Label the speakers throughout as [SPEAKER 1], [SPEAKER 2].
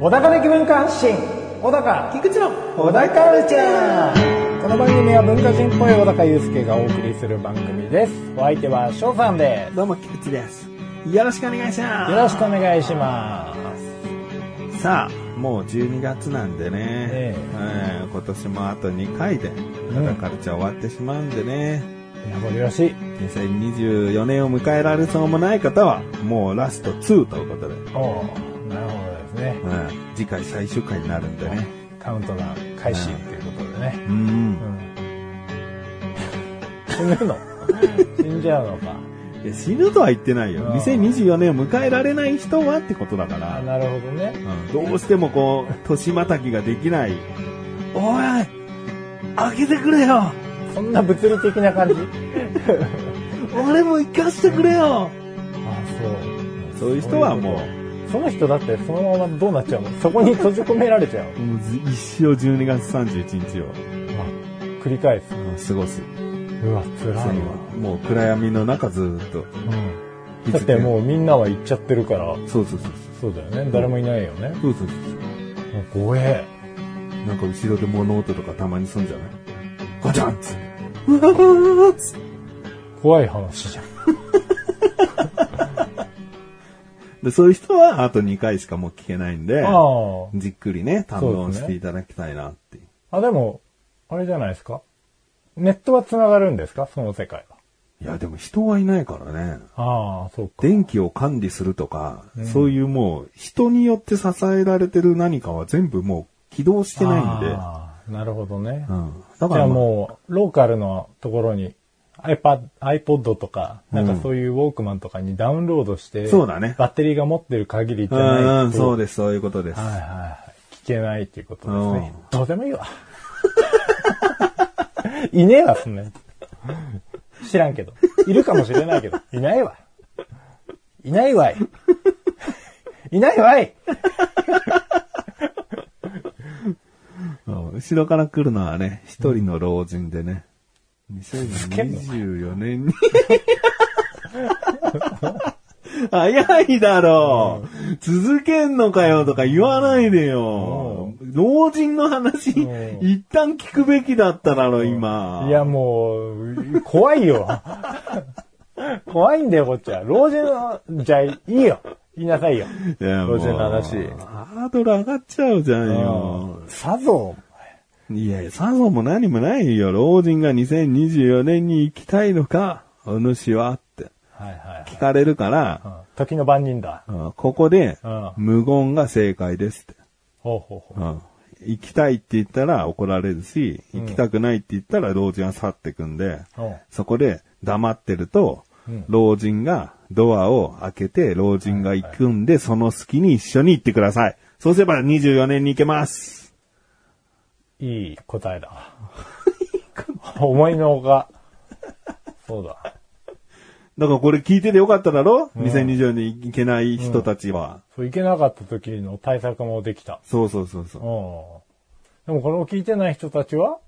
[SPEAKER 1] 小高的文化発信小高
[SPEAKER 2] 菊池の
[SPEAKER 1] 小高カルチャーこの番組は文化人っぽい小高祐介がお送りする番組ですお相手は翔さんです
[SPEAKER 2] どうも菊池ですよろしくお願いし
[SPEAKER 1] よろ
[SPEAKER 2] ま
[SPEAKER 1] しくお願いします
[SPEAKER 2] すさあもう12月なんでね、
[SPEAKER 1] え
[SPEAKER 2] えー今年もあと2回でまだカルチャー終わってしまうんでね、
[SPEAKER 1] 名残惜しい
[SPEAKER 2] 2024年を迎えられそうもない方はもうラスト2ということで、
[SPEAKER 1] おおなるほどですね
[SPEAKER 2] うん次回最終回になるんでね
[SPEAKER 1] カウントダウン開始っていうことでね、
[SPEAKER 2] うん
[SPEAKER 1] うん、死ぬの死んじゃうのか
[SPEAKER 2] いや死ぬとは言ってない
[SPEAKER 1] う
[SPEAKER 2] よ
[SPEAKER 1] ん
[SPEAKER 2] 2024年を迎えられない人はってことだか
[SPEAKER 1] あ
[SPEAKER 2] ら
[SPEAKER 1] なるほどね
[SPEAKER 2] どうしてもこう、年またぎができない。おい開けてくれよ
[SPEAKER 1] そんな物理的な感 じ
[SPEAKER 2] 俺も行かしてくれよ
[SPEAKER 1] あそう
[SPEAKER 2] そういう人はも
[SPEAKER 1] その人だってそのままどうなっちゃうのそこに閉じ込められちゃうの
[SPEAKER 2] う、もうず一生12月31日を
[SPEAKER 1] あ繰り返す
[SPEAKER 2] 過ごす。
[SPEAKER 1] うわ辛
[SPEAKER 2] その
[SPEAKER 1] いわ、
[SPEAKER 2] もう暗闇の中ずーっと。
[SPEAKER 1] うん、だってもうみんなは行っちゃってるから
[SPEAKER 2] う。そうそうそう
[SPEAKER 1] そうだよね誰もいないよね
[SPEAKER 2] そう。そうそうそ
[SPEAKER 1] もう怖え
[SPEAKER 2] う。なんか後ろで物音とかたまにすんじゃないガチャンっつってうわーっつって
[SPEAKER 1] 怖い話じゃん
[SPEAKER 2] で、そういう人はあと2回しかもう聞けないんで、
[SPEAKER 1] あ
[SPEAKER 2] じっくりね、堪
[SPEAKER 1] そう
[SPEAKER 2] 能
[SPEAKER 1] です
[SPEAKER 2] し
[SPEAKER 1] ね
[SPEAKER 2] ていただきたいなっていう。
[SPEAKER 1] ああでもあれじゃないですかネットは繋がるんですかその世界はい
[SPEAKER 2] や、でも人はいないからね。
[SPEAKER 1] ああそうか
[SPEAKER 2] 電気を管理するとか、そういうもう人によって支えられてる何かは全部もう起動してないんで。
[SPEAKER 1] ああなるほどね、
[SPEAKER 2] うん。だ
[SPEAKER 1] じ
[SPEAKER 2] か
[SPEAKER 1] ゃ
[SPEAKER 2] ら
[SPEAKER 1] あ
[SPEAKER 2] も
[SPEAKER 1] もう、ローカルのところに iPad、iPod とか、なんかそういうウォークマンとかにダウンロードして、
[SPEAKER 2] そうだね
[SPEAKER 1] バッテリーが持ってる限りじ
[SPEAKER 2] う、
[SPEAKER 1] ゃ
[SPEAKER 2] う
[SPEAKER 1] ないと、
[SPEAKER 2] んうん、そう
[SPEAKER 1] で
[SPEAKER 2] です、そういうことです。
[SPEAKER 1] はいはいはい。聞けないっていうことですね
[SPEAKER 2] うん。
[SPEAKER 1] どうでもいいわ。 いねえわ、そんなやつ知らんけど。いるかもしれないけど、いないわ。いない わい。いないわい。
[SPEAKER 2] うん後ろから来るのはね、一人の老人でね。
[SPEAKER 1] けんの
[SPEAKER 2] 2024年 に。早いだろう、続けんのかよとか言わないでよ、老人の話、
[SPEAKER 1] う
[SPEAKER 2] 一旦聞くべきだっただろ、今。
[SPEAKER 1] いや、もう、怖いよ。 怖いんだよ、こっちは。老人の、じゃあ、いいよ。言いなさいよ。
[SPEAKER 2] いや
[SPEAKER 1] 老人の話
[SPEAKER 2] もうハードル上がっちゃうじゃんよ。
[SPEAKER 1] さぞ、
[SPEAKER 2] いやいや、さぞも何もないよ。老人が2024年に行きたいのか、お主はって
[SPEAKER 1] はいはい
[SPEAKER 2] 聞かれるから、
[SPEAKER 1] はい。時の番人だ。
[SPEAKER 2] うんここで
[SPEAKER 1] うん、
[SPEAKER 2] 無言が正解ですって。
[SPEAKER 1] ほうほうほ
[SPEAKER 2] うん行きたいって言ったら怒られるし、行きたくないって言ったら老人は去ってくんで、
[SPEAKER 1] う。うん
[SPEAKER 2] そこで黙ってると、老人がドアを開けて、老人が行くんで、その隙に一緒に行ってください。そうすれば24年に行けます。
[SPEAKER 1] いい答えだわ。思いのほか。そうだ。
[SPEAKER 2] だからこれ聞いててよかっただろ、?2024 年行けない人たちは。
[SPEAKER 1] そう、いけなかった時の対策もできた。
[SPEAKER 2] そうそうそう
[SPEAKER 1] うん。
[SPEAKER 2] そ
[SPEAKER 1] でもこれを聞いてない人たちは、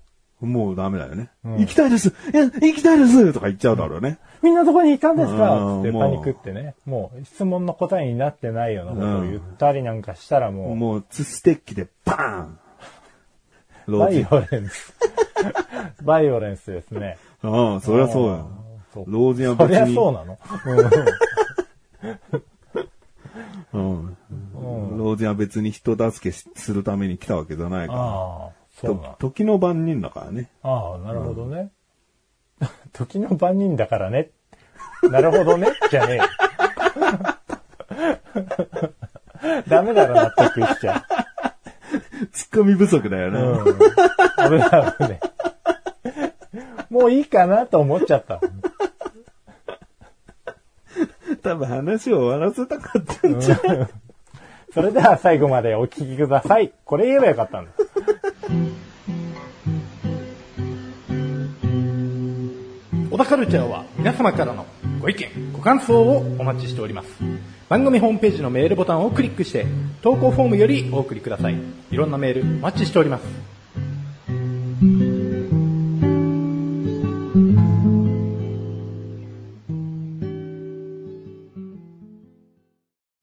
[SPEAKER 2] う。もうダメだよね。行きたいですいや行きたいですとか言っちゃうだろうね。
[SPEAKER 1] みんなどこにいたんですか
[SPEAKER 2] うん
[SPEAKER 1] つって
[SPEAKER 2] もう
[SPEAKER 1] パニックってね。もう質問の答えになってないようなことを言ったりなんかしたらも
[SPEAKER 2] もう、ツステッキでバーン
[SPEAKER 1] う、
[SPEAKER 2] 老
[SPEAKER 1] バイ
[SPEAKER 2] 人。
[SPEAKER 1] オレン ス。バイオレンスですね。
[SPEAKER 2] うん、そりゃそうや。
[SPEAKER 1] そう
[SPEAKER 2] 老人は
[SPEAKER 1] そ
[SPEAKER 2] 別
[SPEAKER 1] りゃ
[SPEAKER 2] に。
[SPEAKER 1] そうなのうん
[SPEAKER 2] うん。老人は別に人助けしするために来たわけじゃないから。
[SPEAKER 1] ああ、そうな
[SPEAKER 2] と
[SPEAKER 1] の。
[SPEAKER 2] 時の番人だからね。
[SPEAKER 1] ああ、なるほどね。 時の番人だからね。なるほどね。じゃねえ よ。ダメだろ、納得しちゃ
[SPEAKER 2] ツッコミ不足だよね。
[SPEAKER 1] う。うん。危ない危ない。もういいかなと思っちゃった。
[SPEAKER 2] 多分話を終わらせたかったんじゃん。
[SPEAKER 1] それでは最後までお聞きください。これ言えばよかったんだ。小田カルチャーは皆様からのご意見、ご感想をお待ちしております。番組ホームページのメールボタンをクリックして、投稿フォームよりお送りください。いろんなメールお待ちしております。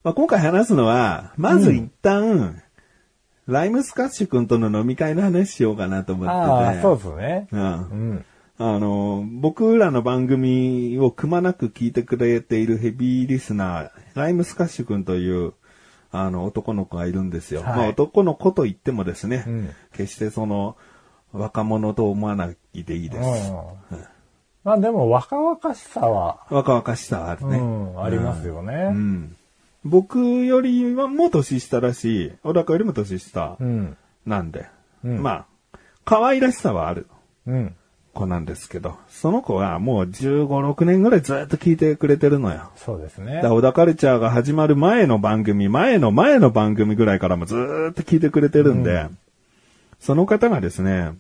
[SPEAKER 2] 今回話すのは、まず一旦、ライムスカッシュ君との飲み会の話しようかなと思ってて。
[SPEAKER 1] ああ、そうですね。
[SPEAKER 2] うん
[SPEAKER 1] うん。
[SPEAKER 2] あの、僕らの番組をくまなく聞いてくれているヘビーリスナー、ライムスカッシュ君という、あの、男の子がいるんですよ。
[SPEAKER 1] はい
[SPEAKER 2] まあ、男の子と言ってもですね、
[SPEAKER 1] うん
[SPEAKER 2] 決してその、若者と思わないでいいで
[SPEAKER 1] う
[SPEAKER 2] す。
[SPEAKER 1] ん。まあでも若々しさは、
[SPEAKER 2] 若々しさはある
[SPEAKER 1] う
[SPEAKER 2] ね。
[SPEAKER 1] ん、ありますよね。
[SPEAKER 2] うん。うん僕よりはもう年下だし、小高よりも年下
[SPEAKER 1] うん。
[SPEAKER 2] なんで、
[SPEAKER 1] うん
[SPEAKER 2] まあ、可愛らしさはある。
[SPEAKER 1] うん。
[SPEAKER 2] 子なんですけど、その子はもう15、6年ぐらいずっと聞いてくれてるのよ。
[SPEAKER 1] そうですね
[SPEAKER 2] だか。ら小田カルチャーが始まる前の番組、前の前の番組ぐらいからもずーっと聞いてくれてるんで、その方がですね、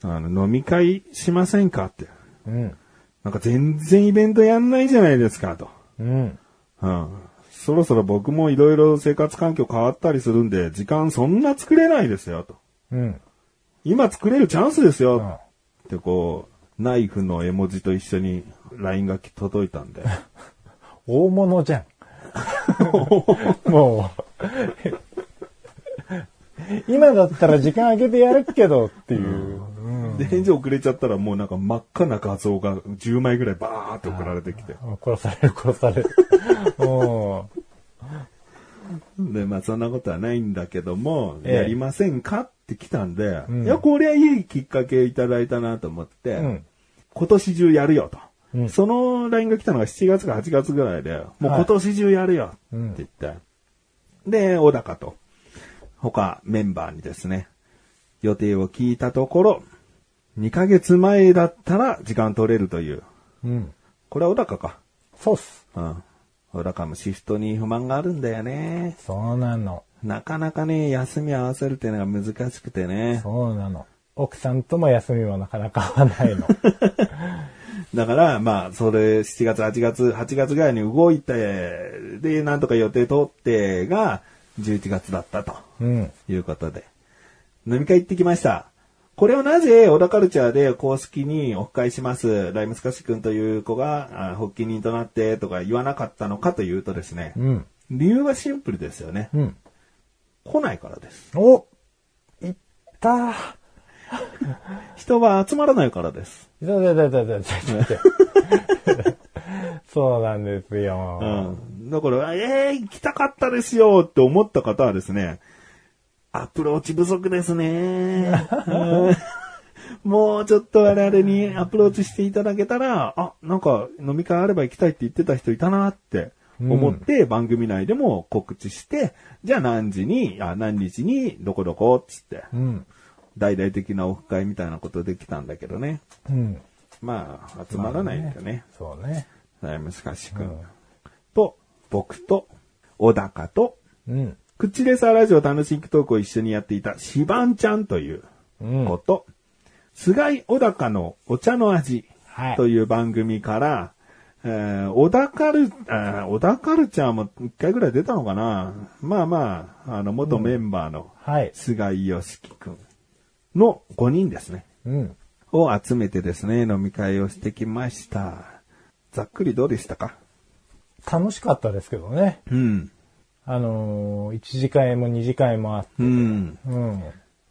[SPEAKER 2] あの、飲み会しませんかって。
[SPEAKER 1] うん。
[SPEAKER 2] なんか全然イベントやんないじゃないですか、と。
[SPEAKER 1] うん。
[SPEAKER 2] うん。そろそろ僕もいろいろ生活環境変わったりするんで、時間そんな作れないですよ、と。
[SPEAKER 1] うん。
[SPEAKER 2] 今作れるチャンスですよ、
[SPEAKER 1] うん
[SPEAKER 2] ってこう、ナイフの絵文字と一緒に LINE が届いたんで。
[SPEAKER 1] 大物じ ゃん。もう。今だったら時間空けてやるけどっていう。
[SPEAKER 2] で、返事遅れちゃったらもうなんか真っ赤な画像が10枚ぐらいバーって送られてきて。
[SPEAKER 1] うん殺される、殺される。うん
[SPEAKER 2] で、まあそんなことはないんだけども、
[SPEAKER 1] ええ
[SPEAKER 2] やりませんかって来たんで、
[SPEAKER 1] ん
[SPEAKER 2] いや、こりゃいいきっかけいただいたなと思って、
[SPEAKER 1] うん
[SPEAKER 2] 今年中やるよと。
[SPEAKER 1] うん
[SPEAKER 2] その LINE が来たのが7月か8月ぐらいで、もう
[SPEAKER 1] はい
[SPEAKER 2] 今年中やるよって言って、で、小高と、他メンバーにですね、予定を聞いたところ、2ヶ月前だったら時間取れるという。
[SPEAKER 1] うん。
[SPEAKER 2] これは小高か。
[SPEAKER 1] そうっす。
[SPEAKER 2] うん。小高もシフトに不満があるんだよね。
[SPEAKER 1] そうなの。
[SPEAKER 2] なかなかね、休み合わせるっていうのが難しくてね。
[SPEAKER 1] そうなの。奥さんとも休みはなかなか合わない の。
[SPEAKER 2] だから、まあ、それ、7月、8月、8月ぐらいに動いて、で、なんとか予定取ってが、11月だったと
[SPEAKER 1] うん。
[SPEAKER 2] いうことで。飲み会行ってきました。これをなぜ、小田カルチャーで公式にオフ会します、ライムスカシ君という子が、あ発起人となってとか言わなかったのかというとですね、
[SPEAKER 1] うん。
[SPEAKER 2] 理由はシンプルですよね。
[SPEAKER 1] うん。
[SPEAKER 2] 来ないからです。
[SPEAKER 1] おいったー。
[SPEAKER 2] 人が集まらないからです。
[SPEAKER 1] いたいたいたいたいたいたいた そうなんですよ。
[SPEAKER 2] うん。だから、えー、行きたかったですよって思った方はですね、アプローチ不足ですね。うんもうちょっと我々にアプローチしていただけたら、あ、なんか飲み会あれば行きたいって言ってた人いたなって思って、番組内でも告知して、じゃあ何時に、あ、何日にどこどこっつって、
[SPEAKER 1] うん。
[SPEAKER 2] 大々的なオフ会みたいなことできたんだけどね。
[SPEAKER 1] うん。
[SPEAKER 2] まあ、集まらないんだよね。
[SPEAKER 1] そうね。
[SPEAKER 2] だいぶ難しく。
[SPEAKER 1] うん
[SPEAKER 2] と、僕と、小高と、
[SPEAKER 1] うん。
[SPEAKER 2] クッチレサーラジオ楽しいトークを一緒にやっていたシバンちゃんという
[SPEAKER 1] うん。
[SPEAKER 2] 子
[SPEAKER 1] は
[SPEAKER 2] と、菅井小高のお茶の味
[SPEAKER 1] はい
[SPEAKER 2] という番組から、えー小田カル、あー小田カルチャーも一回ぐらい出たのかなまあまあ、あの、元メンバーの
[SPEAKER 1] い。
[SPEAKER 2] 菅井良樹くんの5人ですね。
[SPEAKER 1] うん。
[SPEAKER 2] を集めてですね、飲み会をしてきました。ざっくりどうでしたか
[SPEAKER 1] 楽しかったですけどね。
[SPEAKER 2] うん。
[SPEAKER 1] あのー、一次会も二次会もあって。
[SPEAKER 2] うん。
[SPEAKER 1] うん。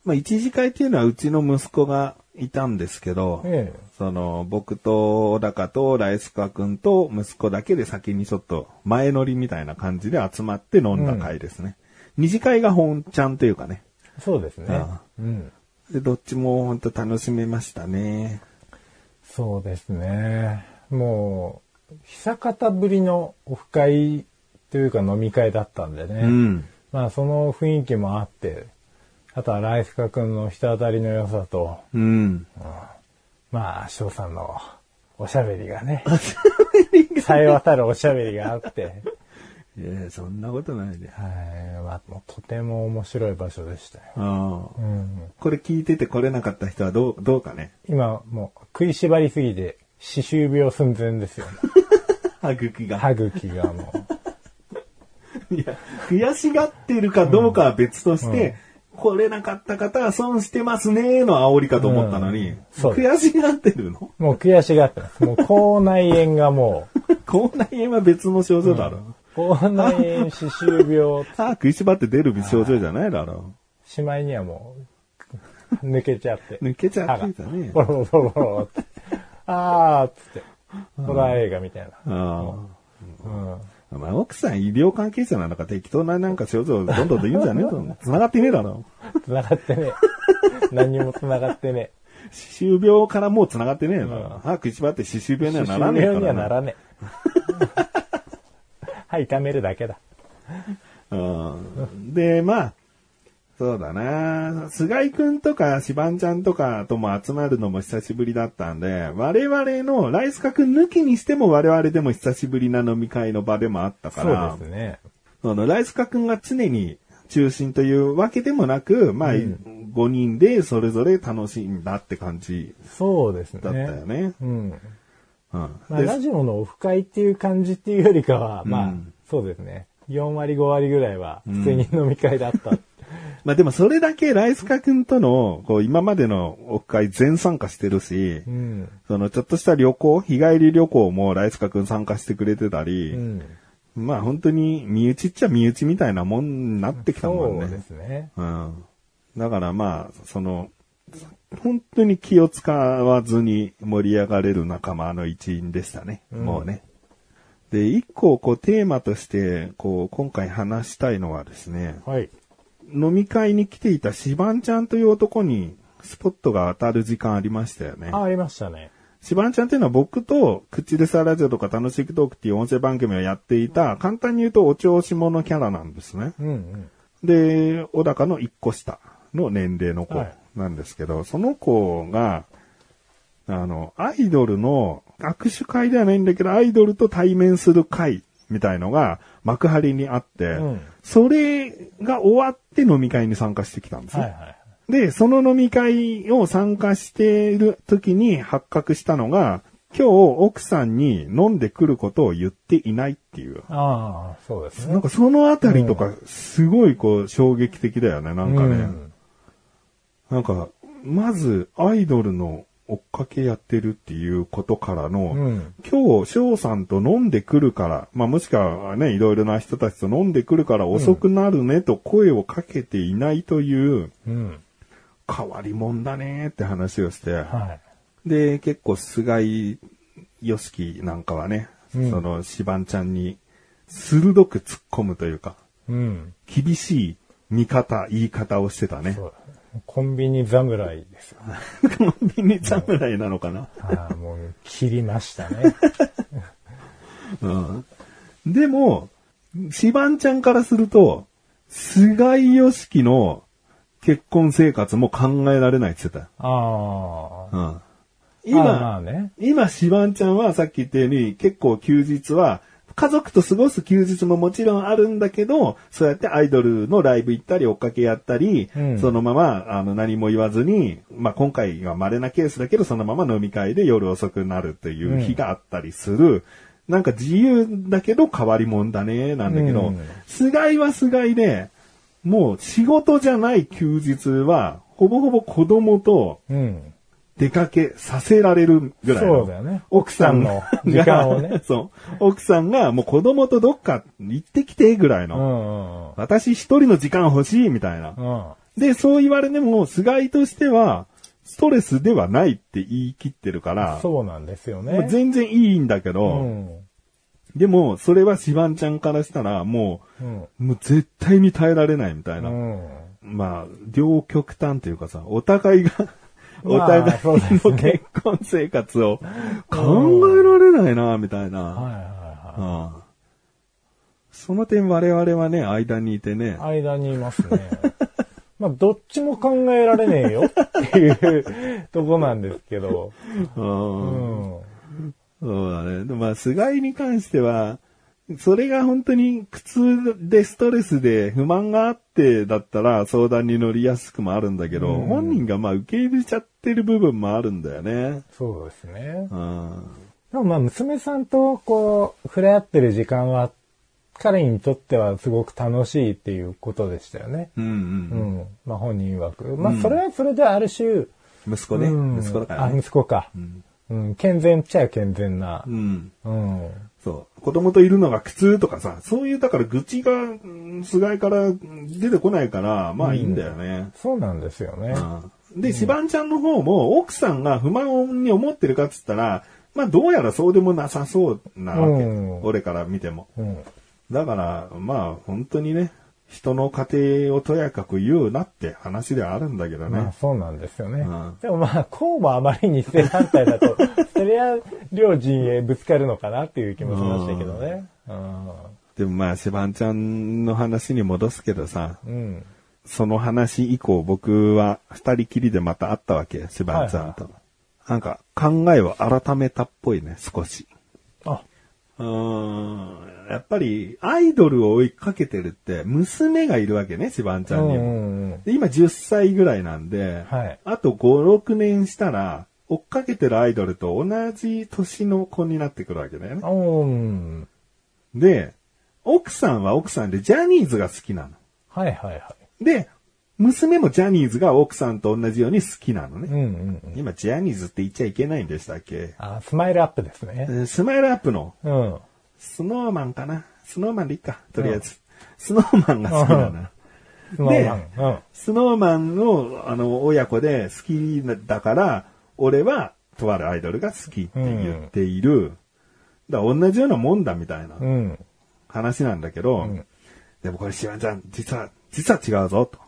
[SPEAKER 2] まあ、一次会っていうのはうちの息子がいたんですけど、
[SPEAKER 1] ええ
[SPEAKER 2] その、僕と小高とライスカ君と息子だけで先にちょっと前乗りみたいな感じで集まって飲んだ会ですね。二次会が本ちゃんというかね。
[SPEAKER 1] そうですね
[SPEAKER 2] ああ。
[SPEAKER 1] うん。
[SPEAKER 2] で、どっちも本当楽しめましたね。
[SPEAKER 1] そうですね。もう、久方ぶりのオフ会というか飲み会だったんでね。
[SPEAKER 2] うん。
[SPEAKER 1] まあその雰囲気もあって、あとはライスカ君の人当たりの良さと、
[SPEAKER 2] うん。
[SPEAKER 1] まあ、翔さんの おしゃべりがね、さえ渡るおしゃべりがあって、
[SPEAKER 2] いや、そんなことないで。
[SPEAKER 1] はい、まあ、もうとても面白い場所でしたよ。
[SPEAKER 2] ああ。
[SPEAKER 1] うん、
[SPEAKER 2] これ聞いてて来れなかった人はどう、どうかね。
[SPEAKER 1] 今、もう食いしばりすぎて、歯周病寸前です よ、
[SPEAKER 2] 歯茎が。
[SPEAKER 1] 歯茎がもう。
[SPEAKER 2] いや、悔しがってるかどうかは別として、来れなかった方は損してますねーの煽りかと思ったのに、
[SPEAKER 1] うんそう
[SPEAKER 2] 悔しがってるの
[SPEAKER 1] もう悔しがってます。もう口内炎がも
[SPEAKER 2] 口内炎は別の症状だろ。
[SPEAKER 1] 口内炎、歯周病、
[SPEAKER 2] 歯食いしばって出る症状じゃないだろ
[SPEAKER 1] しまいにはもう、抜けちゃって
[SPEAKER 2] う。。抜けちゃ
[SPEAKER 1] 歯
[SPEAKER 2] ってた
[SPEAKER 1] が
[SPEAKER 2] ね。
[SPEAKER 1] ボロボロボロボロって。あーっつって。ホラー映画みたいな。
[SPEAKER 2] あ
[SPEAKER 1] うん。
[SPEAKER 2] あ。まあ、奥さん医療関係者なんだから適当ななんか症状どんどんと言うんじゃねえと。繋がってねえだろ。
[SPEAKER 1] 繋がってねえ。何にも繋がってね
[SPEAKER 2] 歯周病からもう繋がってねえ
[SPEAKER 1] うん
[SPEAKER 2] な。歯食いしばって歯周病
[SPEAKER 1] え。
[SPEAKER 2] には
[SPEAKER 1] 歯
[SPEAKER 2] な
[SPEAKER 1] 周
[SPEAKER 2] らねえから
[SPEAKER 1] 病にはならねえ。 歯痛めるだけだ。
[SPEAKER 2] うんで、まあ、そうだな。菅井くんとか、シバンちゃんとかとも集まるのも久しぶりだったんで、我々の、ライスカくん抜きにしても我々でも久しぶりな飲み会の場でもあったから、
[SPEAKER 1] そうですね。
[SPEAKER 2] そのライスカくんが常に中心というわけでもなく、まあ、5人でそれぞれ楽しんだって感じ
[SPEAKER 1] そうですね。
[SPEAKER 2] だったよね。
[SPEAKER 1] うん。
[SPEAKER 2] うん。
[SPEAKER 1] まあ、
[SPEAKER 2] で
[SPEAKER 1] ラジオのオフ会っていう感じっていうよりかは、まあ、
[SPEAKER 2] うん
[SPEAKER 1] そうですね。4割5割ぐらいは、普通に飲み会だ った。
[SPEAKER 2] まあでもそれだけライスカくんとの、こう今までのオフ会全参加してるし、
[SPEAKER 1] うん。
[SPEAKER 2] そのちょっとした旅行、日帰り旅行もライスカ君参加してくれてたり、
[SPEAKER 1] うん。
[SPEAKER 2] まあ本当に身内っちゃ身内みたいなもんになってきたもん
[SPEAKER 1] そう
[SPEAKER 2] ね。
[SPEAKER 1] ですね。
[SPEAKER 2] うん。だからまあ、その、本当に気を使わずに盛り上がれる仲間の一員でしたね。もうね。で、一個こうテーマとして、こう今回話したいのはですね、
[SPEAKER 1] はい。
[SPEAKER 2] 飲み会に来ていたシバンちゃんという男にスポットが当たる時間ありましたよね。
[SPEAKER 1] あ、ありましたね。
[SPEAKER 2] シバンちゃんっていうのは僕と、クチレサラジオとか楽しくトークっていう音声番組をやっていた、簡単に言うとお調子者キャラなんですね。
[SPEAKER 1] うんうん。
[SPEAKER 2] で、小高の一個下の年齢の子
[SPEAKER 1] はい
[SPEAKER 2] なんですけど、その子が、あの、アイドルの、握手会ではないんだけど、アイドルと対面する会みたいのが幕張にあって、
[SPEAKER 1] うん
[SPEAKER 2] それが終わって飲み会に参加してきたんです
[SPEAKER 1] はい
[SPEAKER 2] ね。
[SPEAKER 1] はい。
[SPEAKER 2] で、その飲み会を参加している時に発覚したのが、今日奥さんに飲んでくることを言っていないっていう。
[SPEAKER 1] ああ、そうです
[SPEAKER 2] な
[SPEAKER 1] ね
[SPEAKER 2] ん。かそのあたりとか、すごいこう衝撃的だよね、なんかね。
[SPEAKER 1] うん
[SPEAKER 2] なんか、まずアイドルの追っかけやってるっていうことからの、
[SPEAKER 1] うん
[SPEAKER 2] 今日翔さんと飲んでくるから、まあもしくはね、いろいろな人たちと飲んでくるから遅くなるねと声をかけていないという、
[SPEAKER 1] うん。
[SPEAKER 2] 変わり者だねって話をして、
[SPEAKER 1] はい。
[SPEAKER 2] で、結構菅井良樹なんかはね、
[SPEAKER 1] うん
[SPEAKER 2] その、シバンちゃんに鋭く突っ込むというか、
[SPEAKER 1] うん。
[SPEAKER 2] 厳しい見方、言い方をしてたね
[SPEAKER 1] そ。うコンビニ侍ですよ。
[SPEAKER 2] コンビニ侍なのかな。
[SPEAKER 1] ああ、もう、切りました ね。
[SPEAKER 2] うん。でも、シバンちゃんからすると、菅井良樹の結婚生活も考えられないって言って
[SPEAKER 1] ああ。
[SPEAKER 2] た。うん。
[SPEAKER 1] まあまあね。
[SPEAKER 2] 今、シバンちゃんはさっき言ったように、結構休日は、家族と過ごす休日ももちろんあるんだけど、そうやってアイドルのライブ行ったり、追っかけやったり、
[SPEAKER 1] うん
[SPEAKER 2] そのまま、あの、何も言わずに、まあ、今回は稀なケースだけど、そのまま飲み会で夜遅くなるという日があったりする。なんか自由だけど変わり者だね、なんだけど、
[SPEAKER 1] うん
[SPEAKER 2] 菅井は菅井で、もう仕事じゃない休日は、ほぼほぼ子供と
[SPEAKER 1] うん。
[SPEAKER 2] 出かけさせられるぐらいの。
[SPEAKER 1] そうだよね
[SPEAKER 2] 奥さん
[SPEAKER 1] 奥
[SPEAKER 2] の
[SPEAKER 1] さんの時間をね
[SPEAKER 2] そう。奥さんがもう子供とどっか行ってきてぐらいうの。
[SPEAKER 1] んうん
[SPEAKER 2] 私一人の時間欲しいみたいな
[SPEAKER 1] う。ん。うん。
[SPEAKER 2] で、そう言われても、菅井としては、ストレスではないって言い切ってるから、
[SPEAKER 1] そうなんですよ
[SPEAKER 2] も
[SPEAKER 1] ね
[SPEAKER 2] う。全然いいんだけ
[SPEAKER 1] う
[SPEAKER 2] ど、
[SPEAKER 1] ん。
[SPEAKER 2] でも、それはシバンちゃんからしたら、も
[SPEAKER 1] うん。
[SPEAKER 2] う、もう絶対に耐えられないみたいな。
[SPEAKER 1] うん。
[SPEAKER 2] まあ、両極端というかさ、お互いが、お互い
[SPEAKER 1] まあそうです
[SPEAKER 2] の
[SPEAKER 1] ね
[SPEAKER 2] 結婚生活を考えられないな、みたい
[SPEAKER 1] はい
[SPEAKER 2] な。
[SPEAKER 1] は
[SPEAKER 2] うんその点我々はね、間にいてね
[SPEAKER 1] い、はい。間にいますね。 まあ、どっちも考えられねえよっていうとこなんですけど。
[SPEAKER 2] う
[SPEAKER 1] う
[SPEAKER 2] ん
[SPEAKER 1] ん。
[SPEAKER 2] そうだね。でまあ、菅井に関しては、それが本当に苦痛でストレスで不満があってだったら相談に乗りやすくもあるんだけど、本人がまあ受け入れちゃってる部分もあるんだよね。
[SPEAKER 1] そうですね。
[SPEAKER 2] うん。
[SPEAKER 1] でもまあ、娘さんとこう、触れ合ってる時間は、彼にとってはすごく楽しいっていうことでしたよね。
[SPEAKER 2] うんうん
[SPEAKER 1] う。ん。まあ、本人曰く。まあ、それはそれである種、
[SPEAKER 2] 息子ね。
[SPEAKER 1] うん
[SPEAKER 2] 息子だから
[SPEAKER 1] あ、
[SPEAKER 2] ね。
[SPEAKER 1] 息子か。うん、健全っちゃ健全な
[SPEAKER 2] う。ん。
[SPEAKER 1] うん。
[SPEAKER 2] そう。子供といるのが苦痛とかさ、そういう、だから愚痴が、うんすがいからうん出てこないから、まあいいんだよね。
[SPEAKER 1] そうなんですよね。
[SPEAKER 2] うんで、シバンちゃんの方も、奥さんが不満に思ってるかっつったら、まあどうやらそうでもなさそうなわけ。
[SPEAKER 1] うん
[SPEAKER 2] 俺から見ても。
[SPEAKER 1] うん。
[SPEAKER 2] だから、まあ本当にね、人の家庭をとやかく言うなって話ではあるんだけどね。
[SPEAKER 1] まあそうなんですよね。
[SPEAKER 2] うん
[SPEAKER 1] でもまあ、こうもあまりに正反対だ と、そりゃ両陣営ぶつかるのかなっていう気もしましたけどね。うん。
[SPEAKER 2] でもまあ、シバンちゃんの話に戻すけどさ、
[SPEAKER 1] うん。
[SPEAKER 2] その話以降僕は二人きりでまた会ったわけ、シバンちゃんと。なんか考えを改めたっぽいね、少し。
[SPEAKER 1] あ、
[SPEAKER 2] うーんやっぱりアイドルを追いかけてるって娘がいるわけね、シバンち
[SPEAKER 1] う
[SPEAKER 2] ゃん
[SPEAKER 1] んう
[SPEAKER 2] にも。
[SPEAKER 1] んうん。
[SPEAKER 2] で今10歳ぐらいなんで、
[SPEAKER 1] はい
[SPEAKER 2] あと5、6年したら追っかけてるアイドルと同じ年の子になってくるわけだよね。
[SPEAKER 1] うん。
[SPEAKER 2] で、奥さんは奥さんでジャニーズが好きなの。
[SPEAKER 1] はいはいは
[SPEAKER 2] で、娘もジャニーズが奥さんと同じように好きなの
[SPEAKER 1] い。うん
[SPEAKER 2] ね。
[SPEAKER 1] うんうん。
[SPEAKER 2] 今ジャニーズって言っちゃいけないんでしたっけ、
[SPEAKER 1] あ、スマイルアップですね
[SPEAKER 2] え。ースマイルアップの
[SPEAKER 1] うん。
[SPEAKER 2] スノーマンかな。スノーマンでいいか。とりあえず。スノーマンが好きな
[SPEAKER 1] うん
[SPEAKER 2] の。
[SPEAKER 1] スノーマン。うん。
[SPEAKER 2] スノーマンの、あの、親子で好きだから、俺は、とあるアイドルが好きって言っている。だから同じようなもんだみたいな
[SPEAKER 1] うん。
[SPEAKER 2] 話なんだけど、
[SPEAKER 1] ん
[SPEAKER 2] でもこれシワンちゃん、実は、実は違うぞ、と。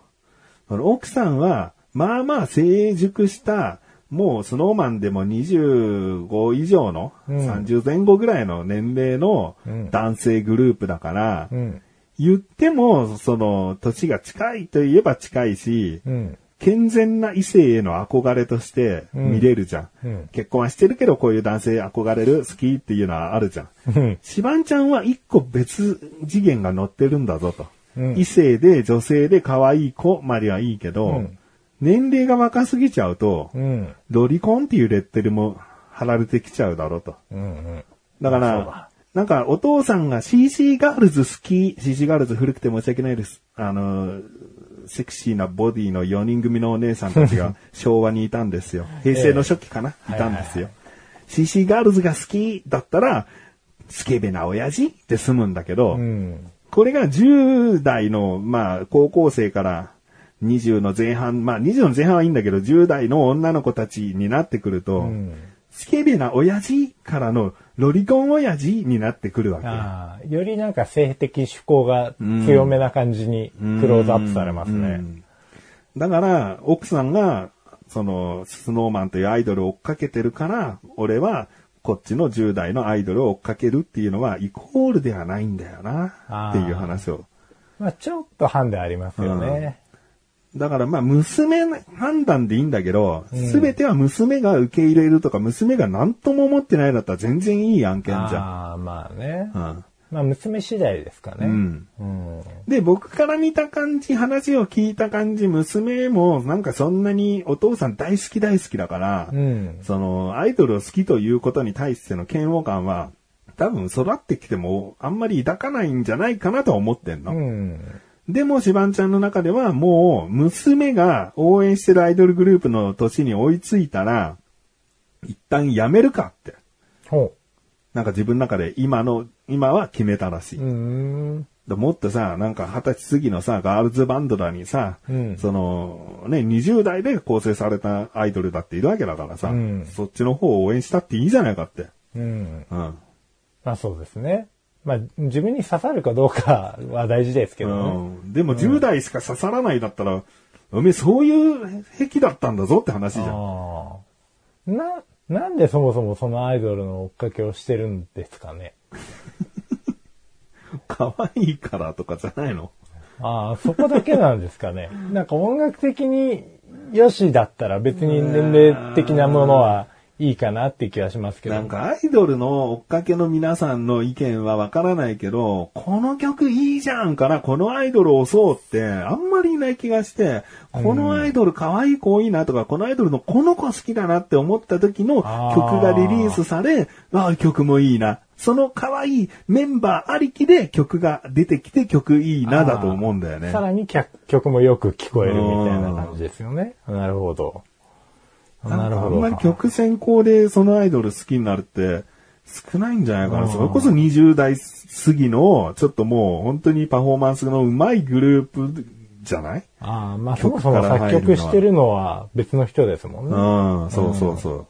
[SPEAKER 2] その奥さんは、まあまあ成熟した、もうスノーマンでも25以上の、
[SPEAKER 1] うん
[SPEAKER 2] 30前後ぐらいの年齢の
[SPEAKER 1] うん
[SPEAKER 2] 男性グループだから、
[SPEAKER 1] うん。
[SPEAKER 2] 言っても、その、年が近いといえば近いし、
[SPEAKER 1] うん。
[SPEAKER 2] 健全な異性への憧れとして見れるじゃん。
[SPEAKER 1] うん
[SPEAKER 2] 結婚はしてるけど、こういう男性憧れる、好きっていうのはあるじゃん。
[SPEAKER 1] うん。
[SPEAKER 2] シバンちゃんは一個別次元が乗ってるんだぞと。
[SPEAKER 1] うん
[SPEAKER 2] 異性で女性で可愛い子まではいいけど、
[SPEAKER 1] うん
[SPEAKER 2] 年齢が若すぎちゃうと、
[SPEAKER 1] うん。
[SPEAKER 2] ロリコンっていうレッテルも貼られてきちゃうだろうと。
[SPEAKER 1] うん。
[SPEAKER 2] だから、
[SPEAKER 1] そうだ
[SPEAKER 2] なんかお父さんが CC ガールズ好き、CC ガールズ古くて申し訳ないです。あの、セクシーなボディの4人組のお姉さんた ちが昭和にいたんですよ。平成の初期かな、いたんですよ。CC ガールズが好きだったら、スケベな親父って済むんだけど、
[SPEAKER 1] うん。
[SPEAKER 2] これが10代の、まあ、高校生から20の前半、まあ、20の前半はいいんだけど、10代の女の子たちになってくると、
[SPEAKER 1] ん
[SPEAKER 2] スケベな親父からのロリコン親父になってくるわけ。
[SPEAKER 1] ああ、よりなんか性的趣向が強めな感じにクローズアップされます
[SPEAKER 2] う
[SPEAKER 1] ね。
[SPEAKER 2] んだから、奥さんが、その、スノーマンというアイドルを追っかけてるから、俺は、こっちの10代のアイドルを追っかけるっていうのは、イコールではないんだよな、っていう話を。
[SPEAKER 1] まあちょっとハンデありますよね。
[SPEAKER 2] だからまあ娘の判断でいいんだけど、すべ、ては娘が受け入れるとか、娘が何とも思ってないだったら全然いい案件じゃ
[SPEAKER 1] ああ、まあね。
[SPEAKER 2] ん。
[SPEAKER 1] まあ娘次第ですか
[SPEAKER 2] う
[SPEAKER 1] ね。
[SPEAKER 2] ん。
[SPEAKER 1] うん。
[SPEAKER 2] で、僕から見た感じ、話を聞いた感じ、娘もなんかそんなにお父さん大好き大好きだから、
[SPEAKER 1] うん。
[SPEAKER 2] そのアイドルを好きということに対しての嫌悪感は、多分育ってきてもあんまり抱かないんじゃないかなとは思ってんの。
[SPEAKER 1] うん。
[SPEAKER 2] でも、シバンちゃんの中では、もう、娘が応援してるアイドルグループの年に追いついたら、一旦やめるかって。
[SPEAKER 1] ほ
[SPEAKER 2] なんか自分の中で今の、今は決めたらしい。
[SPEAKER 1] う。うーん。
[SPEAKER 2] でもっとさ、なんか二十歳過ぎのさ、ガールズバンドだにさ、
[SPEAKER 1] うん
[SPEAKER 2] その、ね、20代で構成されたアイドルだっているわけだからさ、
[SPEAKER 1] うん
[SPEAKER 2] そっちの方を応援したっていいじゃないかって。
[SPEAKER 1] うん。
[SPEAKER 2] うん。
[SPEAKER 1] まあそうですね。まあ自分に刺さるかどうかは大事ですけどね。
[SPEAKER 2] うん、でも10代しか刺さらないだったら、おめえそういう癖だったんだぞって話じゃん。
[SPEAKER 1] ああ。な、なんでそもそもそのアイドルの追っかけをしてるんですかね。
[SPEAKER 2] 可愛いからとかじゃないの
[SPEAKER 1] ああ、そこだけなんですかね。なんか音楽的によしだったら別に年齢的なものはいいかなって気はしますけど。
[SPEAKER 2] なんかアイドルの追っかけの皆さんの意見はわからないけど、この曲いいじゃんからこのアイドルを押そうってあんまりいない気がして、このアイドル可愛い子多いなとか、このアイドルのこの子好きだなって思った時の
[SPEAKER 1] あー
[SPEAKER 2] 曲がリリースされ、ああ、曲もいいな。その可愛いメンバーありきで曲が出てきて曲いいなだと思うんだよね
[SPEAKER 1] さ。らに曲曲もよく聞こえるみたいな感じですよね。なるほど。う
[SPEAKER 2] な
[SPEAKER 1] なんる
[SPEAKER 2] かあ
[SPEAKER 1] ほ
[SPEAKER 2] ん
[SPEAKER 1] ど
[SPEAKER 2] まり曲線高でそのアイドル好きになるって少ないんじゃないかな。それこそ20代過ぎの、ちょっともう本当にパフォーマンスの上手いグループじゃない
[SPEAKER 1] ああ、まあそも
[SPEAKER 2] 曲
[SPEAKER 1] そ
[SPEAKER 2] から
[SPEAKER 1] も
[SPEAKER 2] 入るのは
[SPEAKER 1] 作曲してるのは別の人ですもんね。
[SPEAKER 2] うん、そうそうそう。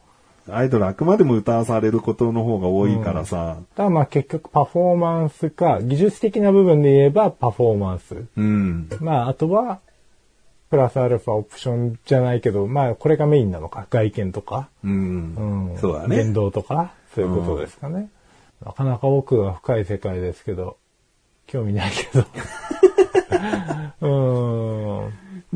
[SPEAKER 2] アイドルあくまでも歌わされることの方が多いからさ。
[SPEAKER 1] ただまあ結局パフォーマンスか、技術的な部分で言えばパフォーマンス。
[SPEAKER 2] うん。
[SPEAKER 1] まああとは、プラスアルファオプションじゃないけど、まあこれがメインなのか、外見とか、
[SPEAKER 2] うん。
[SPEAKER 1] うん、
[SPEAKER 2] そうだね。
[SPEAKER 1] 言動とか、そういうことですかね。なかなか奥が深い世界ですけど、興味ないけ ど。うん。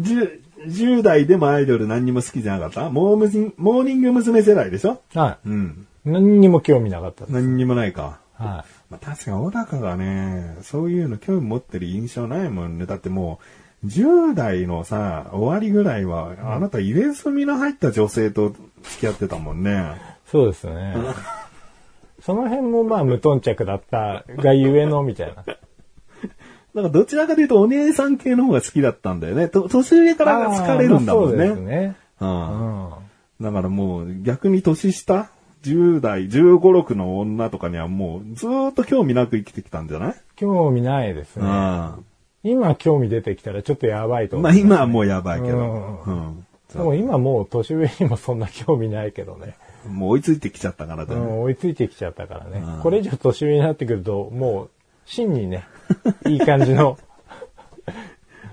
[SPEAKER 2] 10, 10代でもアイドル何にも好きじゃなかったモームジンモーニング娘。世代でしょ
[SPEAKER 1] は
[SPEAKER 2] うん。
[SPEAKER 1] い。何にも興味なかったです。
[SPEAKER 2] 何にもないか。
[SPEAKER 1] は
[SPEAKER 2] まあ、確かに小高がね、そういうの興味持ってる印象ないもんね。だってもう、10代のさ、終わりぐらいは、あなた入れ墨の入った女性と付き合ってたもんね。
[SPEAKER 1] い。そうです ね。その辺もまあ無頓着だったがゆえのみたいな。
[SPEAKER 2] なんかどちらかというとお姉さん系の方が好きだったんだよね。と年上からが好かれるんだも
[SPEAKER 1] あ
[SPEAKER 2] ん
[SPEAKER 1] ーまあそ
[SPEAKER 2] ね。
[SPEAKER 1] うですね。う
[SPEAKER 2] うん
[SPEAKER 1] ん。
[SPEAKER 2] だからもう逆に年下 ?10 代、15、6の女とかにはもうずーっと興味なく生きてきたんじゃない、
[SPEAKER 1] 興味ないです
[SPEAKER 2] う
[SPEAKER 1] ね
[SPEAKER 2] ん。。ま
[SPEAKER 1] 今興味出てきたらちょっとやばいと思う。
[SPEAKER 2] あ今はもうやばいけど。
[SPEAKER 1] うん
[SPEAKER 2] うん
[SPEAKER 1] でも今もう年上にもそんな興味ないけどね。
[SPEAKER 2] もう追いついてきちゃったから
[SPEAKER 1] う
[SPEAKER 2] だよね。
[SPEAKER 1] ん、追いついてきちゃったからね
[SPEAKER 2] うん。
[SPEAKER 1] これ以上年上になってくると、もう、真に ね、いい感じの、
[SPEAKER 2] だか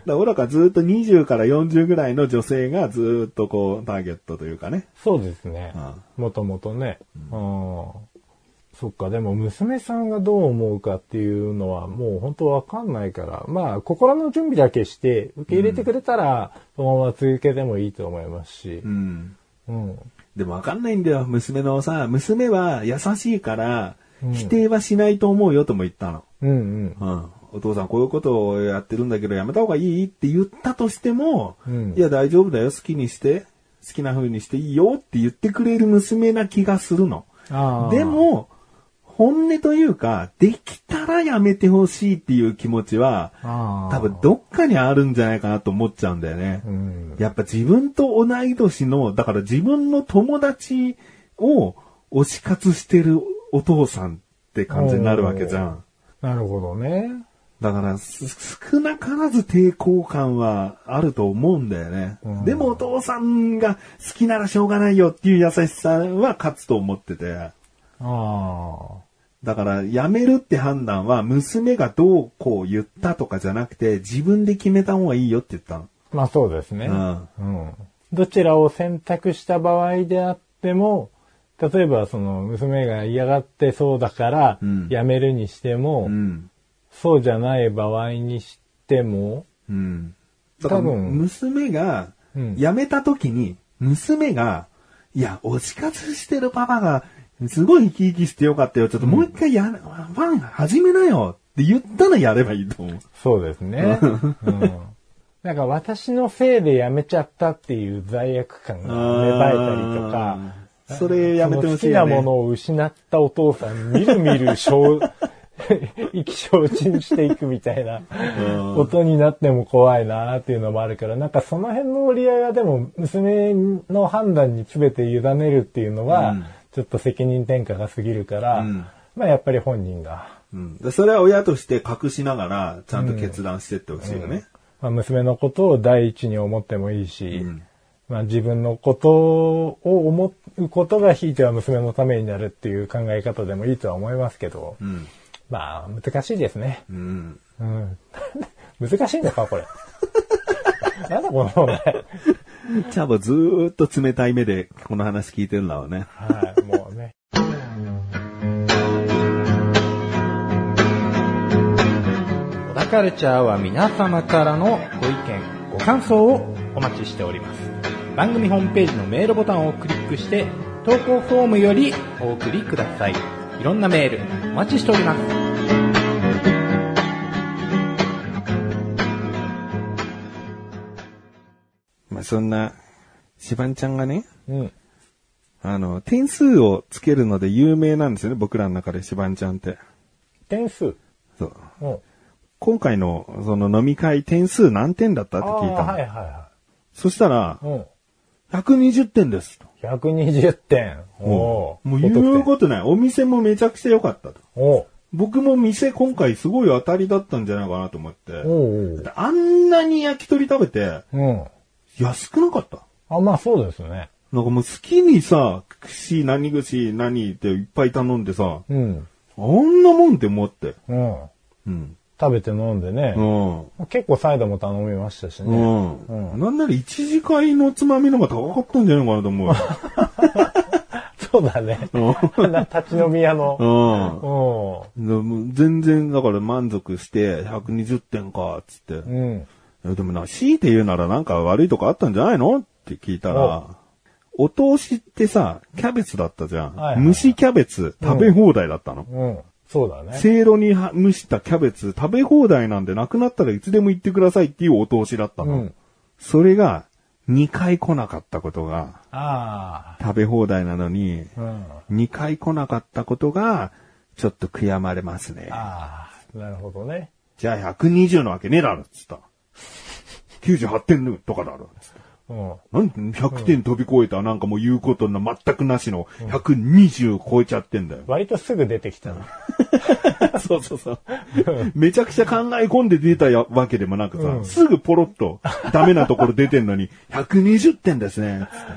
[SPEAKER 2] ら、おらかずーっと20から40ぐらいの女性がずーっとこう、ターゲットというかね。
[SPEAKER 1] そうですね
[SPEAKER 2] うん。
[SPEAKER 1] もともとね。うん。そっか、でも娘さんがどう思うかっていうのはもう本当わかんないから、まあ心の準備だけして受け入れてくれたら、そのまま続けてもいいと思いますし
[SPEAKER 2] う。ん。
[SPEAKER 1] うん。
[SPEAKER 2] でもわかんないんだよ、娘のさ、娘は優しいから
[SPEAKER 1] う、ん
[SPEAKER 2] 否定はしないと思うよとも言ったの。
[SPEAKER 1] うんうん。
[SPEAKER 2] うん。お父さんこういうことをやってるんだけどやめた方がいいって言ったとしても、
[SPEAKER 1] うん
[SPEAKER 2] いや大丈夫だよ、好きにして、好きな風にしていいよって言ってくれる娘な気がするの。
[SPEAKER 1] あー
[SPEAKER 2] で、も、本音というか、できたらやめてほしいっていう気持ちは、
[SPEAKER 1] あー
[SPEAKER 2] 多分どっかにあるんじゃないかなと思っちゃうんだよね。
[SPEAKER 1] うん。
[SPEAKER 2] やっぱ自分と同い年の、だから自分の友達を推し活してるお父さんって感じになるわけじゃん。
[SPEAKER 1] なるほどね。
[SPEAKER 2] だから、す少なからず抵抗感はあると思うんだよね。
[SPEAKER 1] うん
[SPEAKER 2] でもお父さんが好きならしょうがないよっていう優しさは勝つと思ってて。
[SPEAKER 1] あ
[SPEAKER 2] だから、やめるって判断は娘がどうこう言ったとかじゃなくて、自分で決めた方がいいよって言ったの。
[SPEAKER 1] あ。まあそうですね。
[SPEAKER 2] うん
[SPEAKER 1] うん。どちらを選択した場合であっても、例えばその娘が嫌がってそうだから
[SPEAKER 2] うん、
[SPEAKER 1] やめるにしても、
[SPEAKER 2] うん。
[SPEAKER 1] そうじゃない場合にしても、
[SPEAKER 2] うん。だから、
[SPEAKER 1] 多分
[SPEAKER 2] 娘が
[SPEAKER 1] うん、
[SPEAKER 2] 辞めた時に、娘が、いや、推し活してるパパが、すごい生き生きしてよかったよ。ちょっともう一回や、ファン始めなよって言ったらやればいいと思う。
[SPEAKER 1] そうです ね。うん。なんか私のせいでやめちゃったっていう罪悪感が芽生えたりとか、
[SPEAKER 2] あーそれやめてほしい
[SPEAKER 1] その好きな
[SPEAKER 2] よ
[SPEAKER 1] も
[SPEAKER 2] ね。
[SPEAKER 1] のを失ったお父さん、みるみる小 意気消沈していくみたいなことになっても怖いなっていうのもあるから、なんかその辺の折り合いはでも娘の判断に全て委ねるっていうのは、
[SPEAKER 2] うん
[SPEAKER 1] ちょっと責任転嫁が過ぎるから、
[SPEAKER 2] うん
[SPEAKER 1] まあやっぱり本人が、
[SPEAKER 2] うんでそれは親として隠しながら、ちゃんと決断してってほしいよね。
[SPEAKER 1] まあ、娘のことを第一に思ってもいいし、まあ、自分のことを思うことがひいては娘のためになるっていう考え方でもいいとは思いますけど、
[SPEAKER 2] うん。
[SPEAKER 1] まあ、難しいですね。
[SPEAKER 2] うん。
[SPEAKER 1] うん。 難しいのか、これ。 なんだこの問題。
[SPEAKER 2] チャボずーっと冷たい目でこの話聞いてるんだろうね。
[SPEAKER 1] はい、もうね。
[SPEAKER 3] 小田カルチャーは皆様からのご意見、ご感想をお待ちしております。番組ホームページのメールボタンをクリックして、投稿フォームよりお送りください。いろんなメールお待ちしております。
[SPEAKER 2] まあ、そんな、シバンちゃんがね、
[SPEAKER 1] うん。
[SPEAKER 2] あの、点数をつけるので有名なんですよね、僕らの中でシバンちゃんって。
[SPEAKER 1] 点数。
[SPEAKER 2] そう。
[SPEAKER 1] うん。
[SPEAKER 2] 今回の、その飲み会点数何点だった
[SPEAKER 1] あ
[SPEAKER 2] って聞いたの。
[SPEAKER 1] はいはいは
[SPEAKER 2] そしたら
[SPEAKER 1] い。、うん。
[SPEAKER 2] 120点ですと。
[SPEAKER 1] 120点。お
[SPEAKER 2] もう言う
[SPEAKER 1] と。
[SPEAKER 2] ことない。お店もめちゃくちゃ良かったと。
[SPEAKER 1] おう
[SPEAKER 2] 僕も店今回すごい当たりだったんじゃないかなと思って。
[SPEAKER 1] おうおう
[SPEAKER 2] だってあんなに焼き鳥食べて
[SPEAKER 1] うん。
[SPEAKER 2] 安くなかった。
[SPEAKER 1] あ、まあそうですね。
[SPEAKER 2] なんかもう好きにさ、串何串何っていっぱい頼んでさ、
[SPEAKER 1] うん。
[SPEAKER 2] あんなもんって思って。
[SPEAKER 1] うん。
[SPEAKER 2] うん。
[SPEAKER 1] 食べて飲んでね。
[SPEAKER 2] うん。
[SPEAKER 1] 結構サイドも頼みましたし
[SPEAKER 2] う
[SPEAKER 1] ね。
[SPEAKER 2] ん。
[SPEAKER 1] うん
[SPEAKER 2] なんなら一次会のつまみの方が高かったんじゃないかなと思うよ。
[SPEAKER 1] そうだね。
[SPEAKER 2] う
[SPEAKER 1] な 立ち飲み屋の。
[SPEAKER 2] ん。
[SPEAKER 1] う
[SPEAKER 2] でも全然、だから満足して、120点か、つって。
[SPEAKER 1] ん。うん。
[SPEAKER 2] いやでもな、強いて言うならなんか悪いとこあったんじゃないのって聞いたら、お通しってさ、キャベツだったじゃん。
[SPEAKER 1] はいはい
[SPEAKER 2] 蒸しキャベツ食べ放題だったの。
[SPEAKER 1] うん。そうだね。
[SPEAKER 2] せいろには蒸したキャベツ食べ放題なんでなくなったらいつでも行ってくださいっていうお通しだった
[SPEAKER 1] う
[SPEAKER 2] の。
[SPEAKER 1] ん。
[SPEAKER 2] それが、2回来なかったことが、
[SPEAKER 1] あ
[SPEAKER 2] 食べ放題なのに、
[SPEAKER 1] あ。うん。あ
[SPEAKER 2] 2回来なかったことが、ちょっと悔やまれますね。
[SPEAKER 1] あ。なるほどね。
[SPEAKER 2] じゃあ120のわけねえだろ、つった。98点とかだろ、つった。
[SPEAKER 1] うん。
[SPEAKER 2] なんで100点飛び越えた、なんかもう言うことな全くなしの120超えちゃってんだよ。
[SPEAKER 1] 割とすぐ出てきたな。
[SPEAKER 2] そうそうそう。 めちゃくちゃ考え込んで出たわけでもなくさ、すぐポロッとダメなところ出てんのに、120点ですね。つって